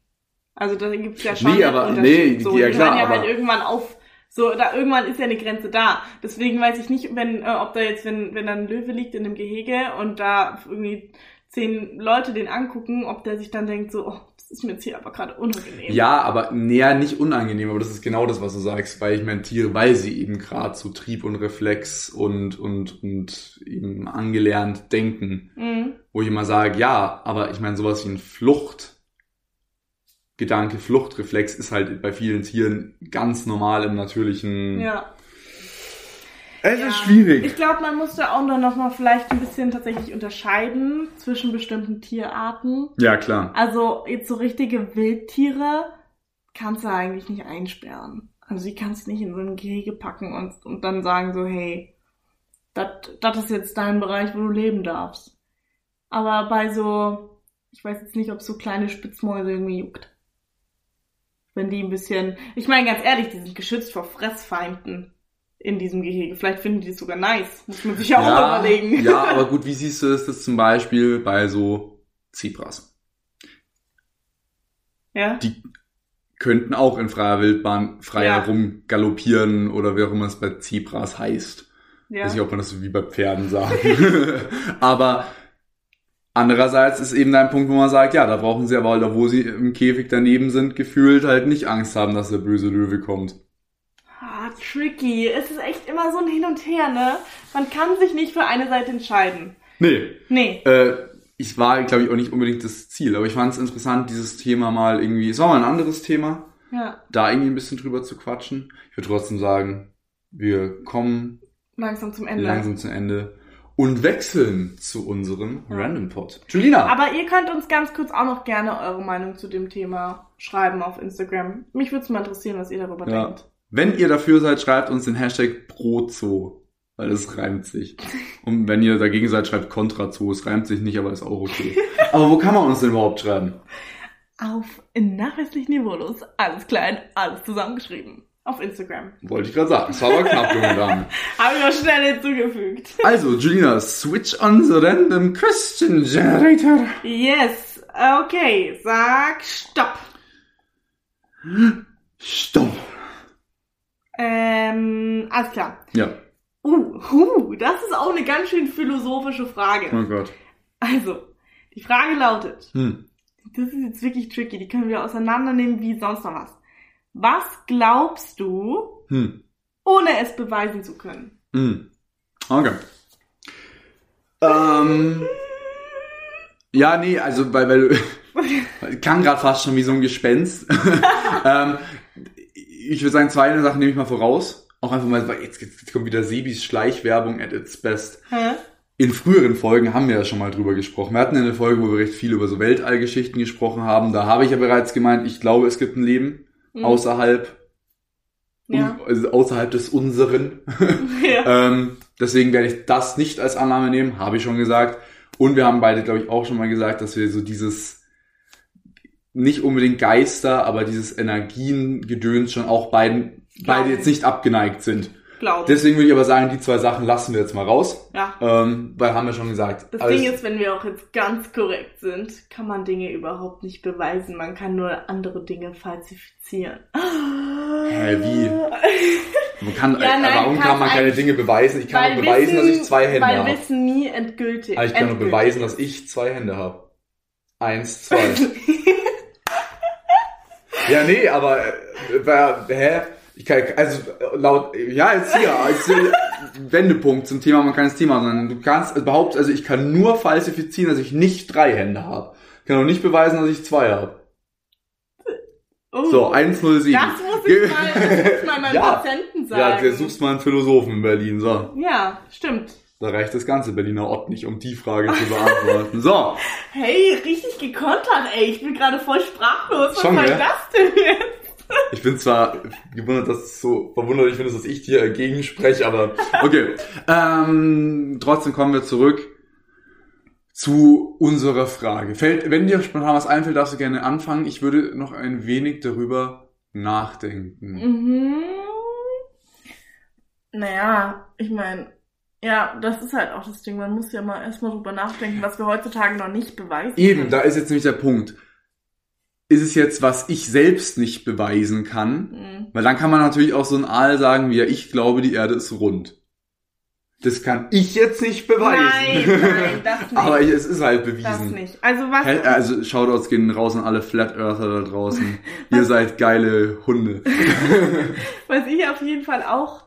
[SPEAKER 2] Also da gibt's ja schon
[SPEAKER 1] Nee,
[SPEAKER 2] einen
[SPEAKER 1] aber-
[SPEAKER 2] Unterschied.
[SPEAKER 1] nee,
[SPEAKER 2] so,
[SPEAKER 1] ja
[SPEAKER 2] die
[SPEAKER 1] klar,
[SPEAKER 2] hören ja
[SPEAKER 1] aber-
[SPEAKER 2] halt irgendwann auf. So, da irgendwann ist ja eine Grenze da. Deswegen weiß ich nicht, wenn, äh, ob da jetzt, wenn, wenn da ein Löwe liegt in einem Gehege und da irgendwie zehn Leute den angucken, ob der sich dann denkt, so, oh, das ist mir jetzt hier aber gerade unangenehm.
[SPEAKER 1] Ja, aber näher nicht unangenehm, aber das ist genau das, was du sagst, weil ich meine, Tiere, weil sie eben gerade so Trieb und Reflex und, und, und eben angelernt denken,
[SPEAKER 2] Mhm.
[SPEAKER 1] wo ich immer sage, ja, aber ich meine, sowas wie ein Flucht, Gedanke, Fluchtreflex ist halt bei vielen Tieren ganz normal im natürlichen.
[SPEAKER 2] ja.
[SPEAKER 1] Es
[SPEAKER 2] Ja.
[SPEAKER 1] ist schwierig.
[SPEAKER 2] Ich glaube, man muss da auch nur noch mal vielleicht ein bisschen tatsächlich unterscheiden zwischen bestimmten Tierarten.
[SPEAKER 1] Ja, klar.
[SPEAKER 2] Also jetzt so richtige Wildtiere kannst du eigentlich nicht einsperren. Also die kannst du nicht in so ein Gehege packen und, und dann sagen so, hey, das ist jetzt dein Bereich, wo du leben darfst. Aber bei so, ich weiß jetzt nicht, ob so kleine Spitzmäuse irgendwie juckt. Wenn die ein bisschen, ich meine ganz ehrlich, die sind geschützt vor Fressfeinden in diesem Gehege. Vielleicht finden die es sogar nice. Muss man sich ja, auch überlegen.
[SPEAKER 1] ja, aber gut, wie siehst du das jetzt zum Beispiel bei so Zebras?
[SPEAKER 2] <laughs> ja?
[SPEAKER 1] könnten auch in freier Wildbahn frei
[SPEAKER 2] Ja.
[SPEAKER 1] herumgaloppieren oder wie auch immer es bei Zebras heißt.
[SPEAKER 2] ja.
[SPEAKER 1] Weiß nicht, ob man das so wie bei Pferden sagt. <laughs> aber andererseits ist eben ein Punkt, wo man sagt, ja, da brauchen sie aber, halt auch, wo sie im Käfig daneben sind, gefühlt halt nicht Angst haben, dass der böse Löwe kommt.
[SPEAKER 2] Ah, tricky. Es ist echt immer so ein Hin und Her, ne? Man kann sich nicht für eine Seite entscheiden.
[SPEAKER 1] Nee,
[SPEAKER 2] Nee.
[SPEAKER 1] äh, ich war, glaube ich, auch nicht unbedingt das Ziel, aber ich fand es interessant, dieses Thema mal irgendwie, es war mal ein anderes Thema,
[SPEAKER 2] Ja,
[SPEAKER 1] da irgendwie ein bisschen drüber zu quatschen. Ich würde trotzdem sagen, wir kommen
[SPEAKER 2] langsam zum Ende.
[SPEAKER 1] langsam zum Ende und wechseln zu unserem
[SPEAKER 2] Ja.
[SPEAKER 1] Random Pod. Julina,
[SPEAKER 2] Aber ihr könnt uns ganz kurz auch noch gerne eure Meinung zu dem Thema schreiben auf Instagram. Mich würde es mal interessieren, was ihr darüber
[SPEAKER 1] Ja.
[SPEAKER 2] denkt.
[SPEAKER 1] wenn ihr dafür seid, schreibt uns den Hashtag Prozo, weil das reimt sich. Und wenn ihr dagegen seid, schreibt Kontrazo, es reimt sich nicht, aber ist auch
[SPEAKER 2] <laughs>
[SPEAKER 1] okay. aber wo kann man uns denn überhaupt schreiben?
[SPEAKER 2] Auf nachweislich niveaulos. Alles klein, alles zusammengeschrieben. Auf Instagram.
[SPEAKER 1] Wollte ich gerade sagen. Es war aber knapp, junge Dame.
[SPEAKER 2] Habe ich auch schnell hinzugefügt.
[SPEAKER 1] Also, Julina, switch on the random question generator.
[SPEAKER 2] Yes. Okay. Sag Stopp.
[SPEAKER 1] Stopp.
[SPEAKER 2] Ähm, alles klar.
[SPEAKER 1] Ja,
[SPEAKER 2] Uh, huh, das ist auch eine ganz schön philosophische
[SPEAKER 1] oh
[SPEAKER 2] Frage.
[SPEAKER 1] Gott.
[SPEAKER 2] Also, die Frage lautet,
[SPEAKER 1] Hm.
[SPEAKER 2] das ist jetzt wirklich tricky, die können wir auseinandernehmen wie sonst noch was. Was glaubst du,
[SPEAKER 1] Hm.
[SPEAKER 2] ohne es beweisen zu können?
[SPEAKER 1] Hm. Okay. Ähm, ja, nee, also, weil, weil du, <laughs> Klang gerade fast schon wie so ein Gespenst. <laughs> ähm, ich würde sagen, zwei Sachen nehme ich mal voraus. Auch einfach mal, weil jetzt, jetzt kommt wieder Sebis Schleichwerbung at its best.
[SPEAKER 2] Hä?
[SPEAKER 1] In früheren Folgen haben wir ja schon mal drüber gesprochen. Wir hatten eine Folge, wo wir recht viel über so Weltallgeschichten gesprochen haben. Da habe ich ja bereits gemeint, ich glaube, es gibt ein Leben
[SPEAKER 2] Hm,
[SPEAKER 1] außerhalb, <laughs>
[SPEAKER 2] ja.
[SPEAKER 1] un, also außerhalb des unseren.
[SPEAKER 2] <laughs> ja.
[SPEAKER 1] Ähm, deswegen werde ich das nicht als Annahme nehmen, habe ich schon gesagt. Und wir haben beide, glaube ich, auch schon mal gesagt, dass wir so dieses nicht unbedingt Geister, aber dieses Energiengedöns schon auch beiden,
[SPEAKER 2] Glauben.
[SPEAKER 1] beide jetzt nicht abgeneigt sind.
[SPEAKER 2] Glaub.
[SPEAKER 1] Deswegen würde ich aber sagen, die zwei Sachen lassen wir jetzt mal raus,
[SPEAKER 2] ja.
[SPEAKER 1] ähm, weil haben wir schon gesagt.
[SPEAKER 2] Das
[SPEAKER 1] Alles-
[SPEAKER 2] Ding ist, wenn wir auch jetzt ganz korrekt sind, kann man Dinge überhaupt nicht beweisen. Man kann nur andere Dinge falsifizieren. <laughs>
[SPEAKER 1] Hä, wie? Man kann,
[SPEAKER 2] Ja, nein,
[SPEAKER 1] warum kann
[SPEAKER 2] kann
[SPEAKER 1] man keine
[SPEAKER 2] eigentlich-
[SPEAKER 1] Dinge beweisen? Ich kann
[SPEAKER 2] Weil
[SPEAKER 1] nur beweisen, dass ich
[SPEAKER 2] Wissen-
[SPEAKER 1] zwei Hände
[SPEAKER 2] Weil
[SPEAKER 1] habe.
[SPEAKER 2] Wissen nie endgültig.
[SPEAKER 1] Aber ich kann nur
[SPEAKER 2] endgültig
[SPEAKER 1] beweisen,
[SPEAKER 2] ist.
[SPEAKER 1] dass ich zwei Hände habe. Eins,
[SPEAKER 2] <laughs>
[SPEAKER 1] zwei. ja, nee, aber äh, wer- hä? Ich kann, also äh, laut ja jetzt hier, jetzt hier Wendepunkt zum Thema, man kann das Thema sein. Du kannst also behauptest, also ich kann nur falsifizieren, dass ich nicht drei Hände habe. Ich kann auch nicht beweisen, dass ich zwei habe.
[SPEAKER 2] Oh,
[SPEAKER 1] So, 107.
[SPEAKER 2] Das muss ich mal, das muss mal meinem
[SPEAKER 1] Ja.
[SPEAKER 2] Patienten
[SPEAKER 1] <laughs> Ja,
[SPEAKER 2] sagen.
[SPEAKER 1] du suchst mal einen Philosophen in Berlin, so.
[SPEAKER 2] ja, stimmt.
[SPEAKER 1] Da reicht das ganze Berliner Ott nicht, um die Frage zu beantworten. So,
[SPEAKER 2] Hey, richtig gekontert, ey. Ich bin gerade voll sprachlos.
[SPEAKER 1] Schon,
[SPEAKER 2] Was
[SPEAKER 1] gell?
[SPEAKER 2] soll das denn <laughs> jetzt?
[SPEAKER 1] Ich bin zwar gewundert, dass es so verwunderlich findest, dass ich dir gegenspreche, aber okay. ähm, trotzdem kommen wir zurück zu unserer Frage. Fällt, wenn dir spontan was einfällt, darfst du gerne anfangen. Ich würde noch ein wenig darüber nachdenken.
[SPEAKER 2] Mhm. Naja, ich meine, ja, das ist halt auch das Ding. Man muss ja mal erstmal drüber nachdenken, was wir heutzutage noch nicht beweisen.
[SPEAKER 1] Eben, da
[SPEAKER 2] können.
[SPEAKER 1] ist jetzt nämlich der Punkt. Ist es jetzt, was ich selbst nicht beweisen kann?
[SPEAKER 2] Mhm.
[SPEAKER 1] Weil dann kann man natürlich auch so ein Aal sagen, wie ja, ich glaube, die Erde ist rund. Das kann ich jetzt nicht beweisen.
[SPEAKER 2] Nein, nein,
[SPEAKER 1] <laughs>
[SPEAKER 2] das nicht.
[SPEAKER 1] Aber es ist halt
[SPEAKER 2] Das
[SPEAKER 1] bewiesen.
[SPEAKER 2] nicht. Also was?
[SPEAKER 1] Hä- Also Shoutouts gehen raus an alle Flat Earther da draußen. Ihr seid geile Hunde.
[SPEAKER 2] Was ich auf jeden Fall auch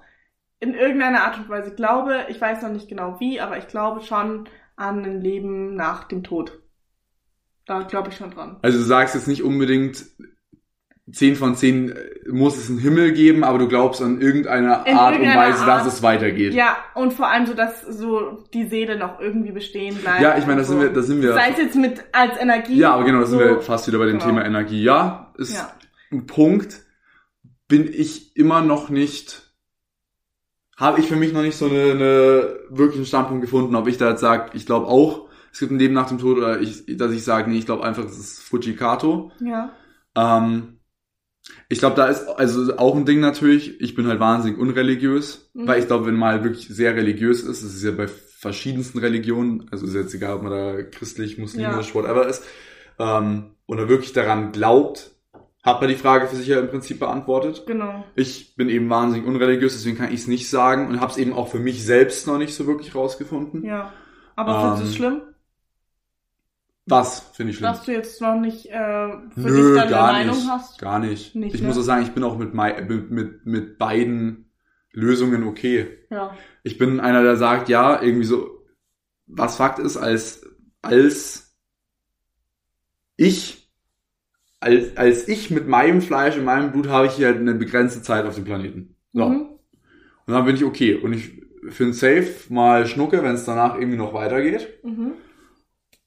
[SPEAKER 2] in irgendeiner Art und Weise glaube, ich weiß noch nicht genau wie, aber ich glaube schon an ein Leben nach dem Tod. Da glaube ich schon dran.
[SPEAKER 1] Also du sagst jetzt nicht unbedingt 10 von 10 äh, muss es einen Himmel geben, aber du glaubst an irgendeine
[SPEAKER 2] In
[SPEAKER 1] Art und
[SPEAKER 2] irgendeiner
[SPEAKER 1] Weise,
[SPEAKER 2] Art.
[SPEAKER 1] dass es weitergeht.
[SPEAKER 2] Ja, und vor allem so, dass so die Seele noch irgendwie bestehen bleibt.
[SPEAKER 1] Ja, ich meine, da sind
[SPEAKER 2] und so.
[SPEAKER 1] wir, da sind wir.
[SPEAKER 2] Sei es jetzt mit als Energie.
[SPEAKER 1] Ja, aber genau, da sind
[SPEAKER 2] so.
[SPEAKER 1] wir fast wieder bei dem
[SPEAKER 2] Genau.
[SPEAKER 1] Thema Energie. Ja, ist
[SPEAKER 2] Ja.
[SPEAKER 1] ein Punkt, bin ich immer noch nicht, habe ich für mich noch nicht so eine, eine wirklichen Standpunkt gefunden, ob ich da jetzt sage, ich glaube auch, es gibt ein Leben nach dem Tod, oder ich, dass ich sage, nee, ich glaube einfach, es ist Fujikato.
[SPEAKER 2] Ja.
[SPEAKER 1] Ähm, ich glaube, da ist also auch ein Ding natürlich, ich bin halt wahnsinnig unreligiös,
[SPEAKER 2] Mhm.
[SPEAKER 1] weil ich glaube, wenn man halt wirklich sehr religiös ist, das ist ja bei verschiedensten Religionen, also ist jetzt egal, ob man da christlich, muslimisch, whatever ist, ähm, oder wirklich daran glaubt, hat man die Frage für sich ja im Prinzip beantwortet.
[SPEAKER 2] Genau.
[SPEAKER 1] Ich bin eben wahnsinnig unreligiös, deswegen kann ich es nicht sagen und habe es eben auch für mich selbst noch nicht so wirklich rausgefunden.
[SPEAKER 2] Ja. Aber findest du es
[SPEAKER 1] Ähm,
[SPEAKER 2] schlimm,
[SPEAKER 1] Was finde ich schlimm?
[SPEAKER 2] dass du jetzt noch nicht äh, für
[SPEAKER 1] Nö,
[SPEAKER 2] dich deine
[SPEAKER 1] gar
[SPEAKER 2] Meinung
[SPEAKER 1] nicht.
[SPEAKER 2] hast?
[SPEAKER 1] Gar nicht.
[SPEAKER 2] Nicht,
[SPEAKER 1] ich
[SPEAKER 2] ne?
[SPEAKER 1] muss auch sagen, ich bin auch mit, mei- mit, mit, mit beiden Lösungen okay.
[SPEAKER 2] Ja.
[SPEAKER 1] Ich bin einer, der sagt, ja, irgendwie so, was Fakt ist, als, als ich, als, als ich mit meinem Fleisch und meinem Blut habe ich hier halt eine begrenzte Zeit auf dem Planeten. So.
[SPEAKER 2] Mhm.
[SPEAKER 1] Und dann bin ich okay. Und ich finde safe mal Schnucke, wenn es danach irgendwie noch weitergeht.
[SPEAKER 2] Mhm.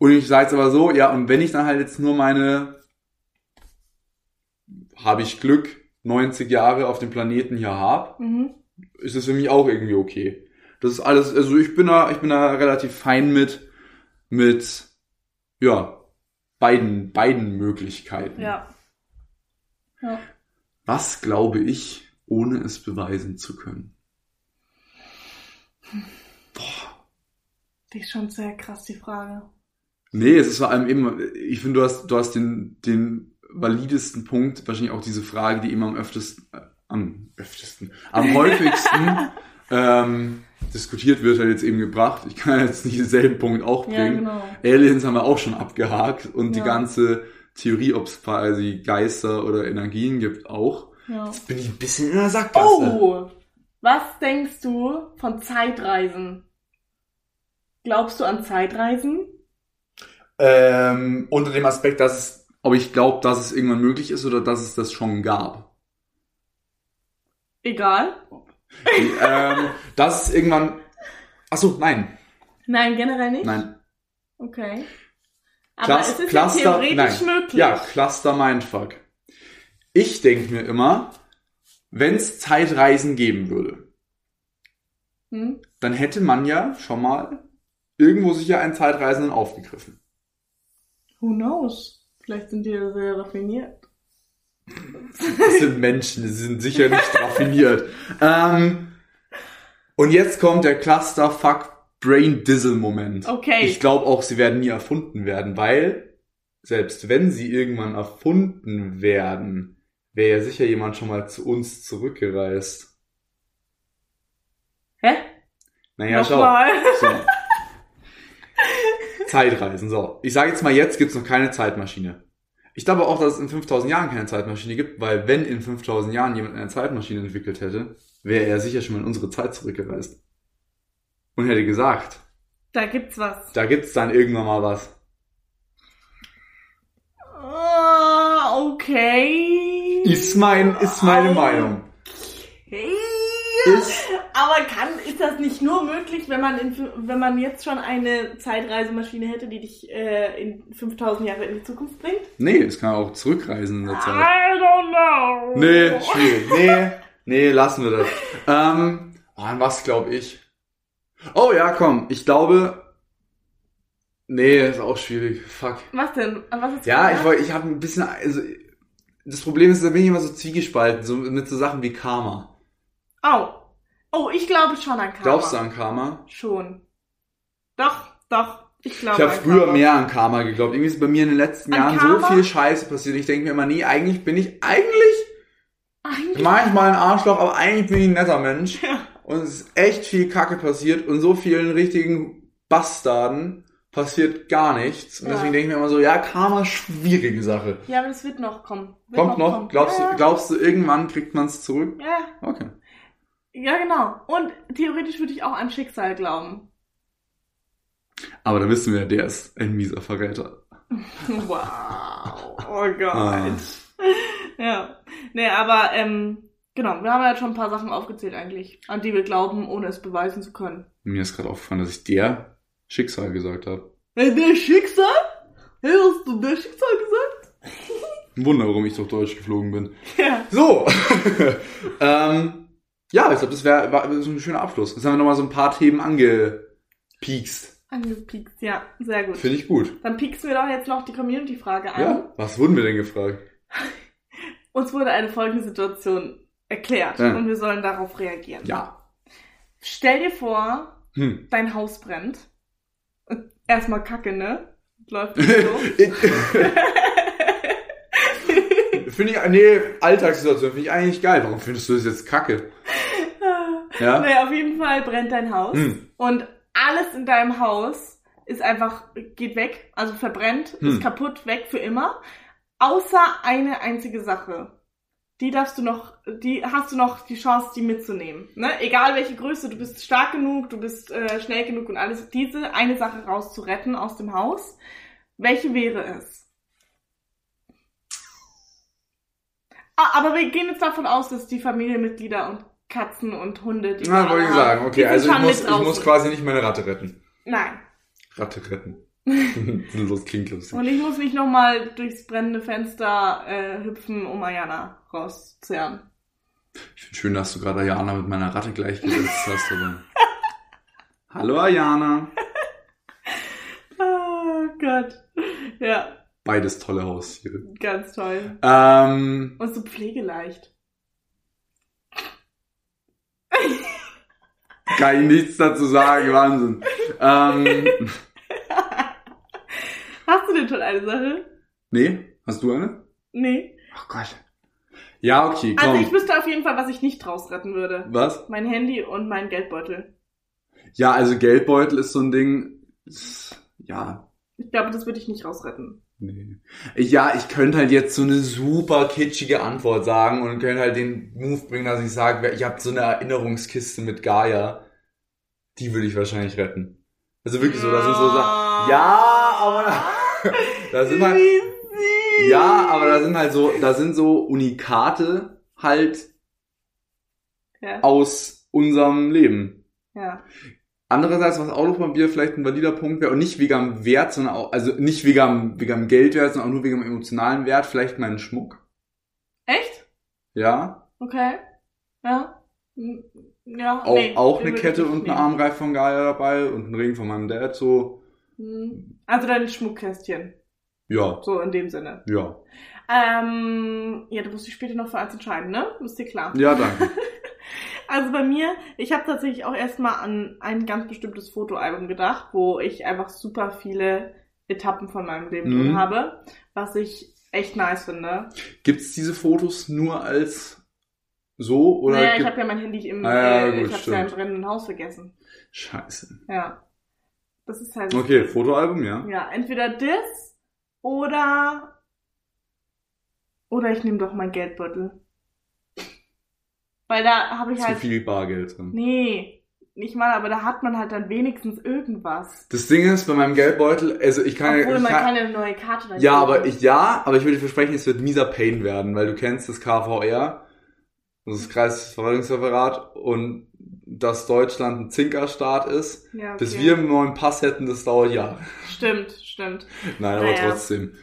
[SPEAKER 1] Und ich sage es aber so, ja, und wenn ich dann halt jetzt nur meine, habe ich Glück, 90 Jahre auf dem Planeten hier hab
[SPEAKER 2] Mhm.
[SPEAKER 1] ist es für mich auch irgendwie okay. Das ist alles, also ich bin da, ich bin da relativ fein mit, mit, ja, beiden, beiden Möglichkeiten.
[SPEAKER 2] Ja. Ja.
[SPEAKER 1] Was glaube ich, ohne es beweisen zu können?
[SPEAKER 2] Die ist schon sehr krass, die Frage.
[SPEAKER 1] Nee, es ist vor allem eben, ich finde, du hast, du hast den, den validesten Punkt, wahrscheinlich auch diese Frage, die immer am öftesten, äh, am öftesten,
[SPEAKER 2] <laughs>
[SPEAKER 1] am häufigsten ähm, diskutiert wird, halt jetzt eben gebracht. Ich kann jetzt nicht denselben Punkt auch bringen.
[SPEAKER 2] Ja, genau.
[SPEAKER 1] Aliens haben wir auch schon abgehakt und die
[SPEAKER 2] Ja.
[SPEAKER 1] ganze Theorie, ob es quasi Geister oder Energien gibt, auch.
[SPEAKER 2] Ja.
[SPEAKER 1] Bin ich ein bisschen in der Sackgasse.
[SPEAKER 2] Oh! Was denkst du von Zeitreisen? Glaubst du an Zeitreisen?
[SPEAKER 1] Ähm, unter dem Aspekt, dass es, ob ich glaube, dass es irgendwann möglich ist oder dass es das schon gab.
[SPEAKER 2] Egal.
[SPEAKER 1] ähm, das ist irgendwann. Achso, nein,
[SPEAKER 2] Nein, generell nicht?
[SPEAKER 1] nein.
[SPEAKER 2] Okay. Aber
[SPEAKER 1] Clus-
[SPEAKER 2] es ist
[SPEAKER 1] Cluster-
[SPEAKER 2] ja theoretisch
[SPEAKER 1] nein.
[SPEAKER 2] möglich.
[SPEAKER 1] Ja, Cluster Mindfuck. Ich denke mir immer, wenn es Zeitreisen geben würde,
[SPEAKER 2] Hm?
[SPEAKER 1] dann hätte man ja schon mal irgendwo sicher einen Zeitreisenden aufgegriffen.
[SPEAKER 2] Who knows? Vielleicht sind die ja sehr raffiniert.
[SPEAKER 1] Das
[SPEAKER 2] <laughs>
[SPEAKER 1] sind Menschen, die sind sicher nicht raffiniert. Ähm, und jetzt kommt der Clusterfuck Brain Dizzle Moment.
[SPEAKER 2] Okay.
[SPEAKER 1] Ich glaube auch, sie werden nie erfunden werden, weil selbst wenn sie irgendwann erfunden werden, wäre ja sicher jemand schon mal zu uns zurückgereist.
[SPEAKER 2] Hä?
[SPEAKER 1] Naja, schau.
[SPEAKER 2] Nochmal.
[SPEAKER 1] So. Zeitreisen, so. Ich sage jetzt mal, jetzt gibt's noch keine Zeitmaschine. Ich glaube auch, dass es in 5000 Jahren keine Zeitmaschine gibt, weil wenn in 5000 Jahren jemand eine Zeitmaschine entwickelt hätte, wäre er sicher schon mal in unsere Zeit zurückgereist. Und hätte gesagt,
[SPEAKER 2] Da gibt's was.
[SPEAKER 1] da gibt's dann irgendwann mal was.
[SPEAKER 2] Ah, okay.
[SPEAKER 1] Ist mein, ist meine
[SPEAKER 2] Au.
[SPEAKER 1] Meinung.
[SPEAKER 2] Hey.
[SPEAKER 1] Ist,
[SPEAKER 2] Aber kann, ist das nicht nur möglich, wenn man, in, wenn man jetzt schon eine Zeitreisemaschine hätte, die dich äh, in 5000 Jahre in die Zukunft bringt?
[SPEAKER 1] nee, es kann auch zurückreisen in der Zeit.
[SPEAKER 2] I don't know.
[SPEAKER 1] Nee, schwierig. Nee, nee, lassen wir das. Ähm, oh, an was glaube ich? Oh ja, komm, ich glaube. Nee, ist auch schwierig. Fuck.
[SPEAKER 2] Was denn? Was ist
[SPEAKER 1] Ja, ich, woll- ich habe ein bisschen. Also, das Problem ist, da bin ich immer so zwiegespalten, so mit so Sachen wie Karma.
[SPEAKER 2] Oh. Oh, ich glaube schon an Karma.
[SPEAKER 1] Glaubst du an Karma?
[SPEAKER 2] Schon. Doch, doch. Ich glaube
[SPEAKER 1] Ich habe
[SPEAKER 2] an
[SPEAKER 1] früher
[SPEAKER 2] Karma.
[SPEAKER 1] mehr an Karma geglaubt. Irgendwie ist bei mir in den letzten
[SPEAKER 2] An
[SPEAKER 1] Jahren
[SPEAKER 2] Karma?
[SPEAKER 1] so viel Scheiße passiert. Ich denke mir immer, nee, eigentlich bin ich eigentlich
[SPEAKER 2] Eigentlich-
[SPEAKER 1] manchmal ein Arschloch, aber eigentlich bin ich ein netter Mensch.
[SPEAKER 2] Ja.
[SPEAKER 1] Und es ist echt viel Kacke passiert und so vielen richtigen Bastarden passiert gar nichts. Und
[SPEAKER 2] Ja.
[SPEAKER 1] deswegen denke ich mir immer so, ja, Karma, schwierige Sache.
[SPEAKER 2] Ja, aber das wird noch kommen. Wird
[SPEAKER 1] Kommt noch,
[SPEAKER 2] kommen.
[SPEAKER 1] glaubst,
[SPEAKER 2] ja,
[SPEAKER 1] du, glaubst du, irgendwann kriegt man es zurück?
[SPEAKER 2] Ja,
[SPEAKER 1] Okay.
[SPEAKER 2] ja, genau. Und theoretisch würde ich auch an Schicksal glauben. <laughs>
[SPEAKER 1] Aber da wissen wir, der ist ein mieser Verräter.
[SPEAKER 2] Wow. Oh Gott.
[SPEAKER 1] Ah.
[SPEAKER 2] Ja. Nee, aber ähm, genau, wir haben ja schon ein paar Sachen aufgezählt eigentlich, an die wir glauben, ohne es beweisen zu können.
[SPEAKER 1] Mir ist gerade aufgefallen, dass ich der Schicksal gesagt habe.
[SPEAKER 2] Hey, der Schicksal? Hey, hast du der Schicksal gesagt?
[SPEAKER 1] Ein Wunder, warum ich durch Deutsch geflogen bin.
[SPEAKER 2] Ja.
[SPEAKER 1] So. <laughs> ähm, ja, ich glaube, das wäre war- das ist ein schöner Abschluss. Jetzt haben wir nochmal so ein paar Themen angepiekst.
[SPEAKER 2] <laughs> Angepiekst, ja, sehr gut.
[SPEAKER 1] Finde ich gut.
[SPEAKER 2] Dann pieksen wir doch jetzt noch die Community-Frage an.
[SPEAKER 1] Ja. Was wurden wir denn gefragt?
[SPEAKER 2] Uns wurde eine folgende Situation erklärt
[SPEAKER 1] Ja.
[SPEAKER 2] und wir sollen darauf reagieren.
[SPEAKER 1] Ja.
[SPEAKER 2] Stell dir vor,
[SPEAKER 1] Hm.
[SPEAKER 2] <laughs> dein Haus brennt. Und Erstmal kacke, ne?
[SPEAKER 1] <laughs>
[SPEAKER 2] Läuft nicht so.
[SPEAKER 1] finde ich, nee, Alltagssituation finde ich eigentlich geil. Warum findest du das jetzt
[SPEAKER 2] <laughs>
[SPEAKER 1] kacke? Ja?
[SPEAKER 2] naja, auf jeden Fall brennt dein Haus.
[SPEAKER 1] Hm.
[SPEAKER 2] Und alles in deinem Haus ist einfach, geht weg, also verbrennt,
[SPEAKER 1] Hm.
[SPEAKER 2] ist kaputt, weg für immer. Außer eine einzige Sache. Die darfst du noch, die hast du noch die Chance, die mitzunehmen. Ne? Egal welche Größe, du bist stark genug, du bist äh, schnell genug und alles, diese eine Sache rauszuretten aus dem Haus. Welche wäre es? Ah, aber wir gehen jetzt davon aus, dass die Familienmitglieder und Katzen und Hunde, die wir
[SPEAKER 1] Na, wollte
[SPEAKER 2] alle
[SPEAKER 1] ich
[SPEAKER 2] haben,
[SPEAKER 1] sagen.
[SPEAKER 2] die
[SPEAKER 1] Okay,
[SPEAKER 2] sind
[SPEAKER 1] also ich
[SPEAKER 2] schon
[SPEAKER 1] muss,
[SPEAKER 2] mit
[SPEAKER 1] ich muss
[SPEAKER 2] draußen.
[SPEAKER 1] quasi nicht meine Ratte retten.
[SPEAKER 2] Nein.
[SPEAKER 1] Ratte retten.
[SPEAKER 2] <laughs>
[SPEAKER 1] das klingt lustig.
[SPEAKER 2] Und ich muss nicht nochmal durchs brennende Fenster äh, hüpfen, um Ayana rauszuzerren.
[SPEAKER 1] Ich finde schön, dass du gerade Ayana mit meiner Ratte gleichgesetzt hast. Aber... <laughs> Hallo Ayana.
[SPEAKER 2] Oh Gott. Ja,
[SPEAKER 1] Beides tolle Haustiere.
[SPEAKER 2] ganz toll.
[SPEAKER 1] Ähm,
[SPEAKER 2] Und so pflegeleicht.
[SPEAKER 1] kann ich nichts dazu sagen, Wahnsinn. Ähm,
[SPEAKER 2] Hast du denn schon eine Sache?
[SPEAKER 1] nee, hast du eine?
[SPEAKER 2] Nee.
[SPEAKER 1] Ach Gott. Ja, okay, komm.
[SPEAKER 2] Oh Also ich wüsste auf jeden Fall, was ich nicht draus retten würde.
[SPEAKER 1] Was?
[SPEAKER 2] Mein Handy und mein Geldbeutel.
[SPEAKER 1] Ja, also Geldbeutel ist so ein Ding. ist- Ja,
[SPEAKER 2] Ich glaube, das würde ich nicht rausretten.
[SPEAKER 1] nee. Ja, ich könnte halt jetzt so eine super kitschige Antwort sagen und könnte halt den Move bringen, dass ich sage, ich habe so eine Erinnerungskiste mit Gaia. Die würde ich wahrscheinlich retten. Also wirklich so, das sind so Sachen. Ja, aber- Da sind halt,
[SPEAKER 2] Ah. Wie süß.
[SPEAKER 1] ja, aber da sind halt so, da sind so Unikate halt
[SPEAKER 2] Ja.
[SPEAKER 1] aus unserem Leben.
[SPEAKER 2] ja.
[SPEAKER 1] Andererseits, was auch nochmal Bier vielleicht ein valider Punkt wäre, und nicht wegen am Wert, sondern auch, also nicht wegen am, wegen am Geldwert, sondern auch nur wegen am emotionalen Wert, vielleicht meinen Schmuck.
[SPEAKER 2] Echt?
[SPEAKER 1] Ja.
[SPEAKER 2] Okay. Ja. Hm, Ja.
[SPEAKER 1] Auch,
[SPEAKER 2] nee,
[SPEAKER 1] auch
[SPEAKER 2] den
[SPEAKER 1] eine
[SPEAKER 2] würde ich
[SPEAKER 1] Kette
[SPEAKER 2] nicht
[SPEAKER 1] und ein
[SPEAKER 2] nehmen.
[SPEAKER 1] Armreif von Gaia dabei und ein Ring von meinem Dad, so.
[SPEAKER 2] Hm. Also dein Schmuckkästchen.
[SPEAKER 1] Ja,
[SPEAKER 2] So in dem Sinne.
[SPEAKER 1] ja.
[SPEAKER 2] Ähm, ja, du musst dich später noch für eins entscheiden, ne? Ist dir klar.
[SPEAKER 1] Ja,
[SPEAKER 2] <laughs>
[SPEAKER 1] danke.
[SPEAKER 2] Also bei mir, ich habe tatsächlich auch erstmal an ein ganz bestimmtes Fotoalbum gedacht, wo ich einfach super viele Etappen von meinem Leben
[SPEAKER 1] Mhm.
[SPEAKER 2] drin habe, was ich echt nice finde.
[SPEAKER 1] Gibt's diese Fotos nur als So oder
[SPEAKER 2] naja, ich
[SPEAKER 1] gibt-
[SPEAKER 2] habe ja mein Handy im,
[SPEAKER 1] Ah, ja,
[SPEAKER 2] äh,
[SPEAKER 1] gut,
[SPEAKER 2] ich hab's ja im
[SPEAKER 1] stimmt.
[SPEAKER 2] brennenden Haus vergessen.
[SPEAKER 1] Scheiße.
[SPEAKER 2] Ja. Das ist halt.
[SPEAKER 1] Okay, Fotoalbum, ja.
[SPEAKER 2] Ja, entweder das oder. Oder ich nehme doch meinen Geldbeutel. Weil da habe ich
[SPEAKER 1] Zu
[SPEAKER 2] halt.
[SPEAKER 1] viel Bargeld drin.
[SPEAKER 2] Nee, nicht mal, aber da hat man halt dann wenigstens irgendwas.
[SPEAKER 1] Das Ding ist, bei meinem Geldbeutel, also ich kann,
[SPEAKER 2] Obwohl
[SPEAKER 1] ich
[SPEAKER 2] man
[SPEAKER 1] kann,
[SPEAKER 2] keine neue Karte dann
[SPEAKER 1] Ja,
[SPEAKER 2] kaufen.
[SPEAKER 1] aber ich, ja, aber ich würde dir versprechen, es wird mieser Pain werden, weil du kennst das KVR, also das Kreisverwaltungsreferat, und dass Deutschland ein Zinkerstaat ist.
[SPEAKER 2] Ja, okay.
[SPEAKER 1] Bis wir einen neuen Pass hätten, das dauert Jahre.
[SPEAKER 2] Stimmt, stimmt.
[SPEAKER 1] Nein, aber
[SPEAKER 2] Naja.
[SPEAKER 1] trotzdem.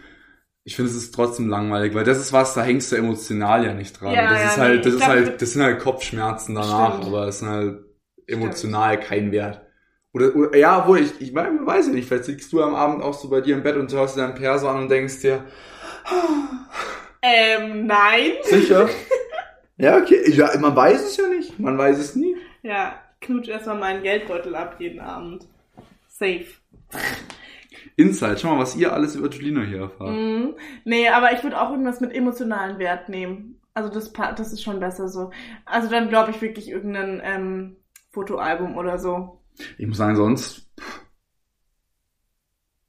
[SPEAKER 1] Ich finde, es ist trotzdem langweilig, weil das ist was, da hängst du emotional ja nicht dran.
[SPEAKER 2] Ja,
[SPEAKER 1] das
[SPEAKER 2] ja,
[SPEAKER 1] ist halt,
[SPEAKER 2] nee,
[SPEAKER 1] das
[SPEAKER 2] ich
[SPEAKER 1] ist
[SPEAKER 2] glaub,
[SPEAKER 1] halt, das sind halt Kopfschmerzen danach,
[SPEAKER 2] Stimmt.
[SPEAKER 1] aber es sind halt emotional kein Wert. Oder, oder ja, obwohl ich, ich meine, man weiß ja nicht, vielleicht liegst du am Abend auch so bei dir im Bett und hörst dir deinen Perso an und denkst dir,
[SPEAKER 2] Ähm, nein. <laughs>
[SPEAKER 1] Sicher? ja, okay. Ja, man weiß es ja nicht. Man weiß es nie.
[SPEAKER 2] Ja, knutsch erstmal meinen Geldbeutel ab jeden Abend. Safe.
[SPEAKER 1] Insight, schau mal, was ihr alles über Julina hier erfahrt.
[SPEAKER 2] Mhm. Nee, aber ich würde auch irgendwas mit emotionalen Wert nehmen. Also das, pa- das ist schon besser so. Also dann glaube ich wirklich irgendein ähm, Fotoalbum oder so.
[SPEAKER 1] Ich muss sagen, sonst. pff,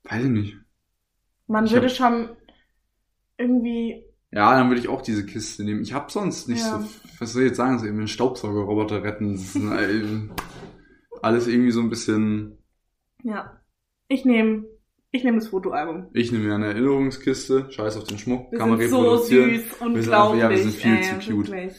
[SPEAKER 1] Weiß ich nicht.
[SPEAKER 2] Man
[SPEAKER 1] Ich
[SPEAKER 2] würde
[SPEAKER 1] hab-
[SPEAKER 2] schon irgendwie.
[SPEAKER 1] Ja, dann würde ich auch diese Kiste nehmen. Ich habe sonst nicht
[SPEAKER 2] Ja.
[SPEAKER 1] so. Was soll ich jetzt sagen? So eben einen Staubsaugerroboter retten. Das ist ein- ähm, alles irgendwie so ein bisschen.
[SPEAKER 2] Ja. Ich nehme ich nehm das Fotoalbum.
[SPEAKER 1] Ich nehme mir eine Erinnerungskiste. Scheiß auf den Schmuck.
[SPEAKER 2] Wir
[SPEAKER 1] kann man
[SPEAKER 2] sind so
[SPEAKER 1] reproduzieren.
[SPEAKER 2] süß,
[SPEAKER 1] Wir
[SPEAKER 2] unglaublich.
[SPEAKER 1] sind einfach- ja, wir sind viel
[SPEAKER 2] ey,
[SPEAKER 1] zu cute.
[SPEAKER 2] Wirklich.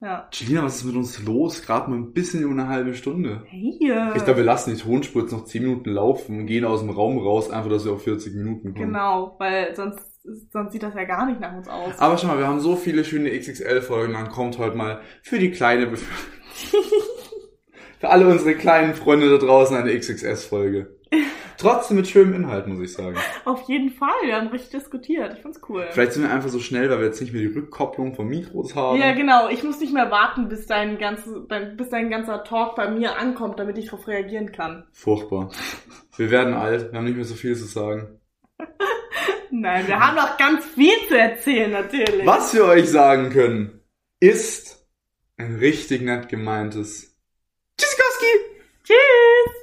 [SPEAKER 2] Ja.
[SPEAKER 1] Julina, was ist mit uns los? Gerade mal ein bisschen über eine halbe Stunde.
[SPEAKER 2] Hey.
[SPEAKER 1] Ich glaube, wir lassen die Tonspur jetzt noch 10 Minuten laufen und gehen aus dem Raum raus, einfach, dass wir auf 40 Minuten kommen.
[SPEAKER 2] Genau, weil sonst, sonst sieht das ja gar nicht nach uns aus.
[SPEAKER 1] Aber schau mal, wir haben so viele schöne XXL-Folgen, dann kommt heute mal für die kleine, Bef- <laughs> für alle unsere kleinen Freunde da draußen eine XXS-Folge. Trotzdem mit schönem Inhalt, muss ich sagen.
[SPEAKER 2] Auf jeden Fall, wir haben richtig diskutiert. Ich find's cool.
[SPEAKER 1] Vielleicht sind wir einfach so schnell, weil wir jetzt nicht mehr die Rückkopplung von Mikros haben.
[SPEAKER 2] Ja, genau. Ich muss nicht mehr warten, bis dein, ganzes, dein, bis dein ganzer Talk bei mir ankommt, damit ich darauf reagieren kann.
[SPEAKER 1] Furchtbar. Wir werden alt, wir haben nicht mehr so viel zu sagen.
[SPEAKER 2] Nein, wir haben noch ganz viel zu erzählen, natürlich.
[SPEAKER 1] Was wir euch sagen können, ist ein richtig nett gemeintes Tschüssikowski!
[SPEAKER 2] Tschüss!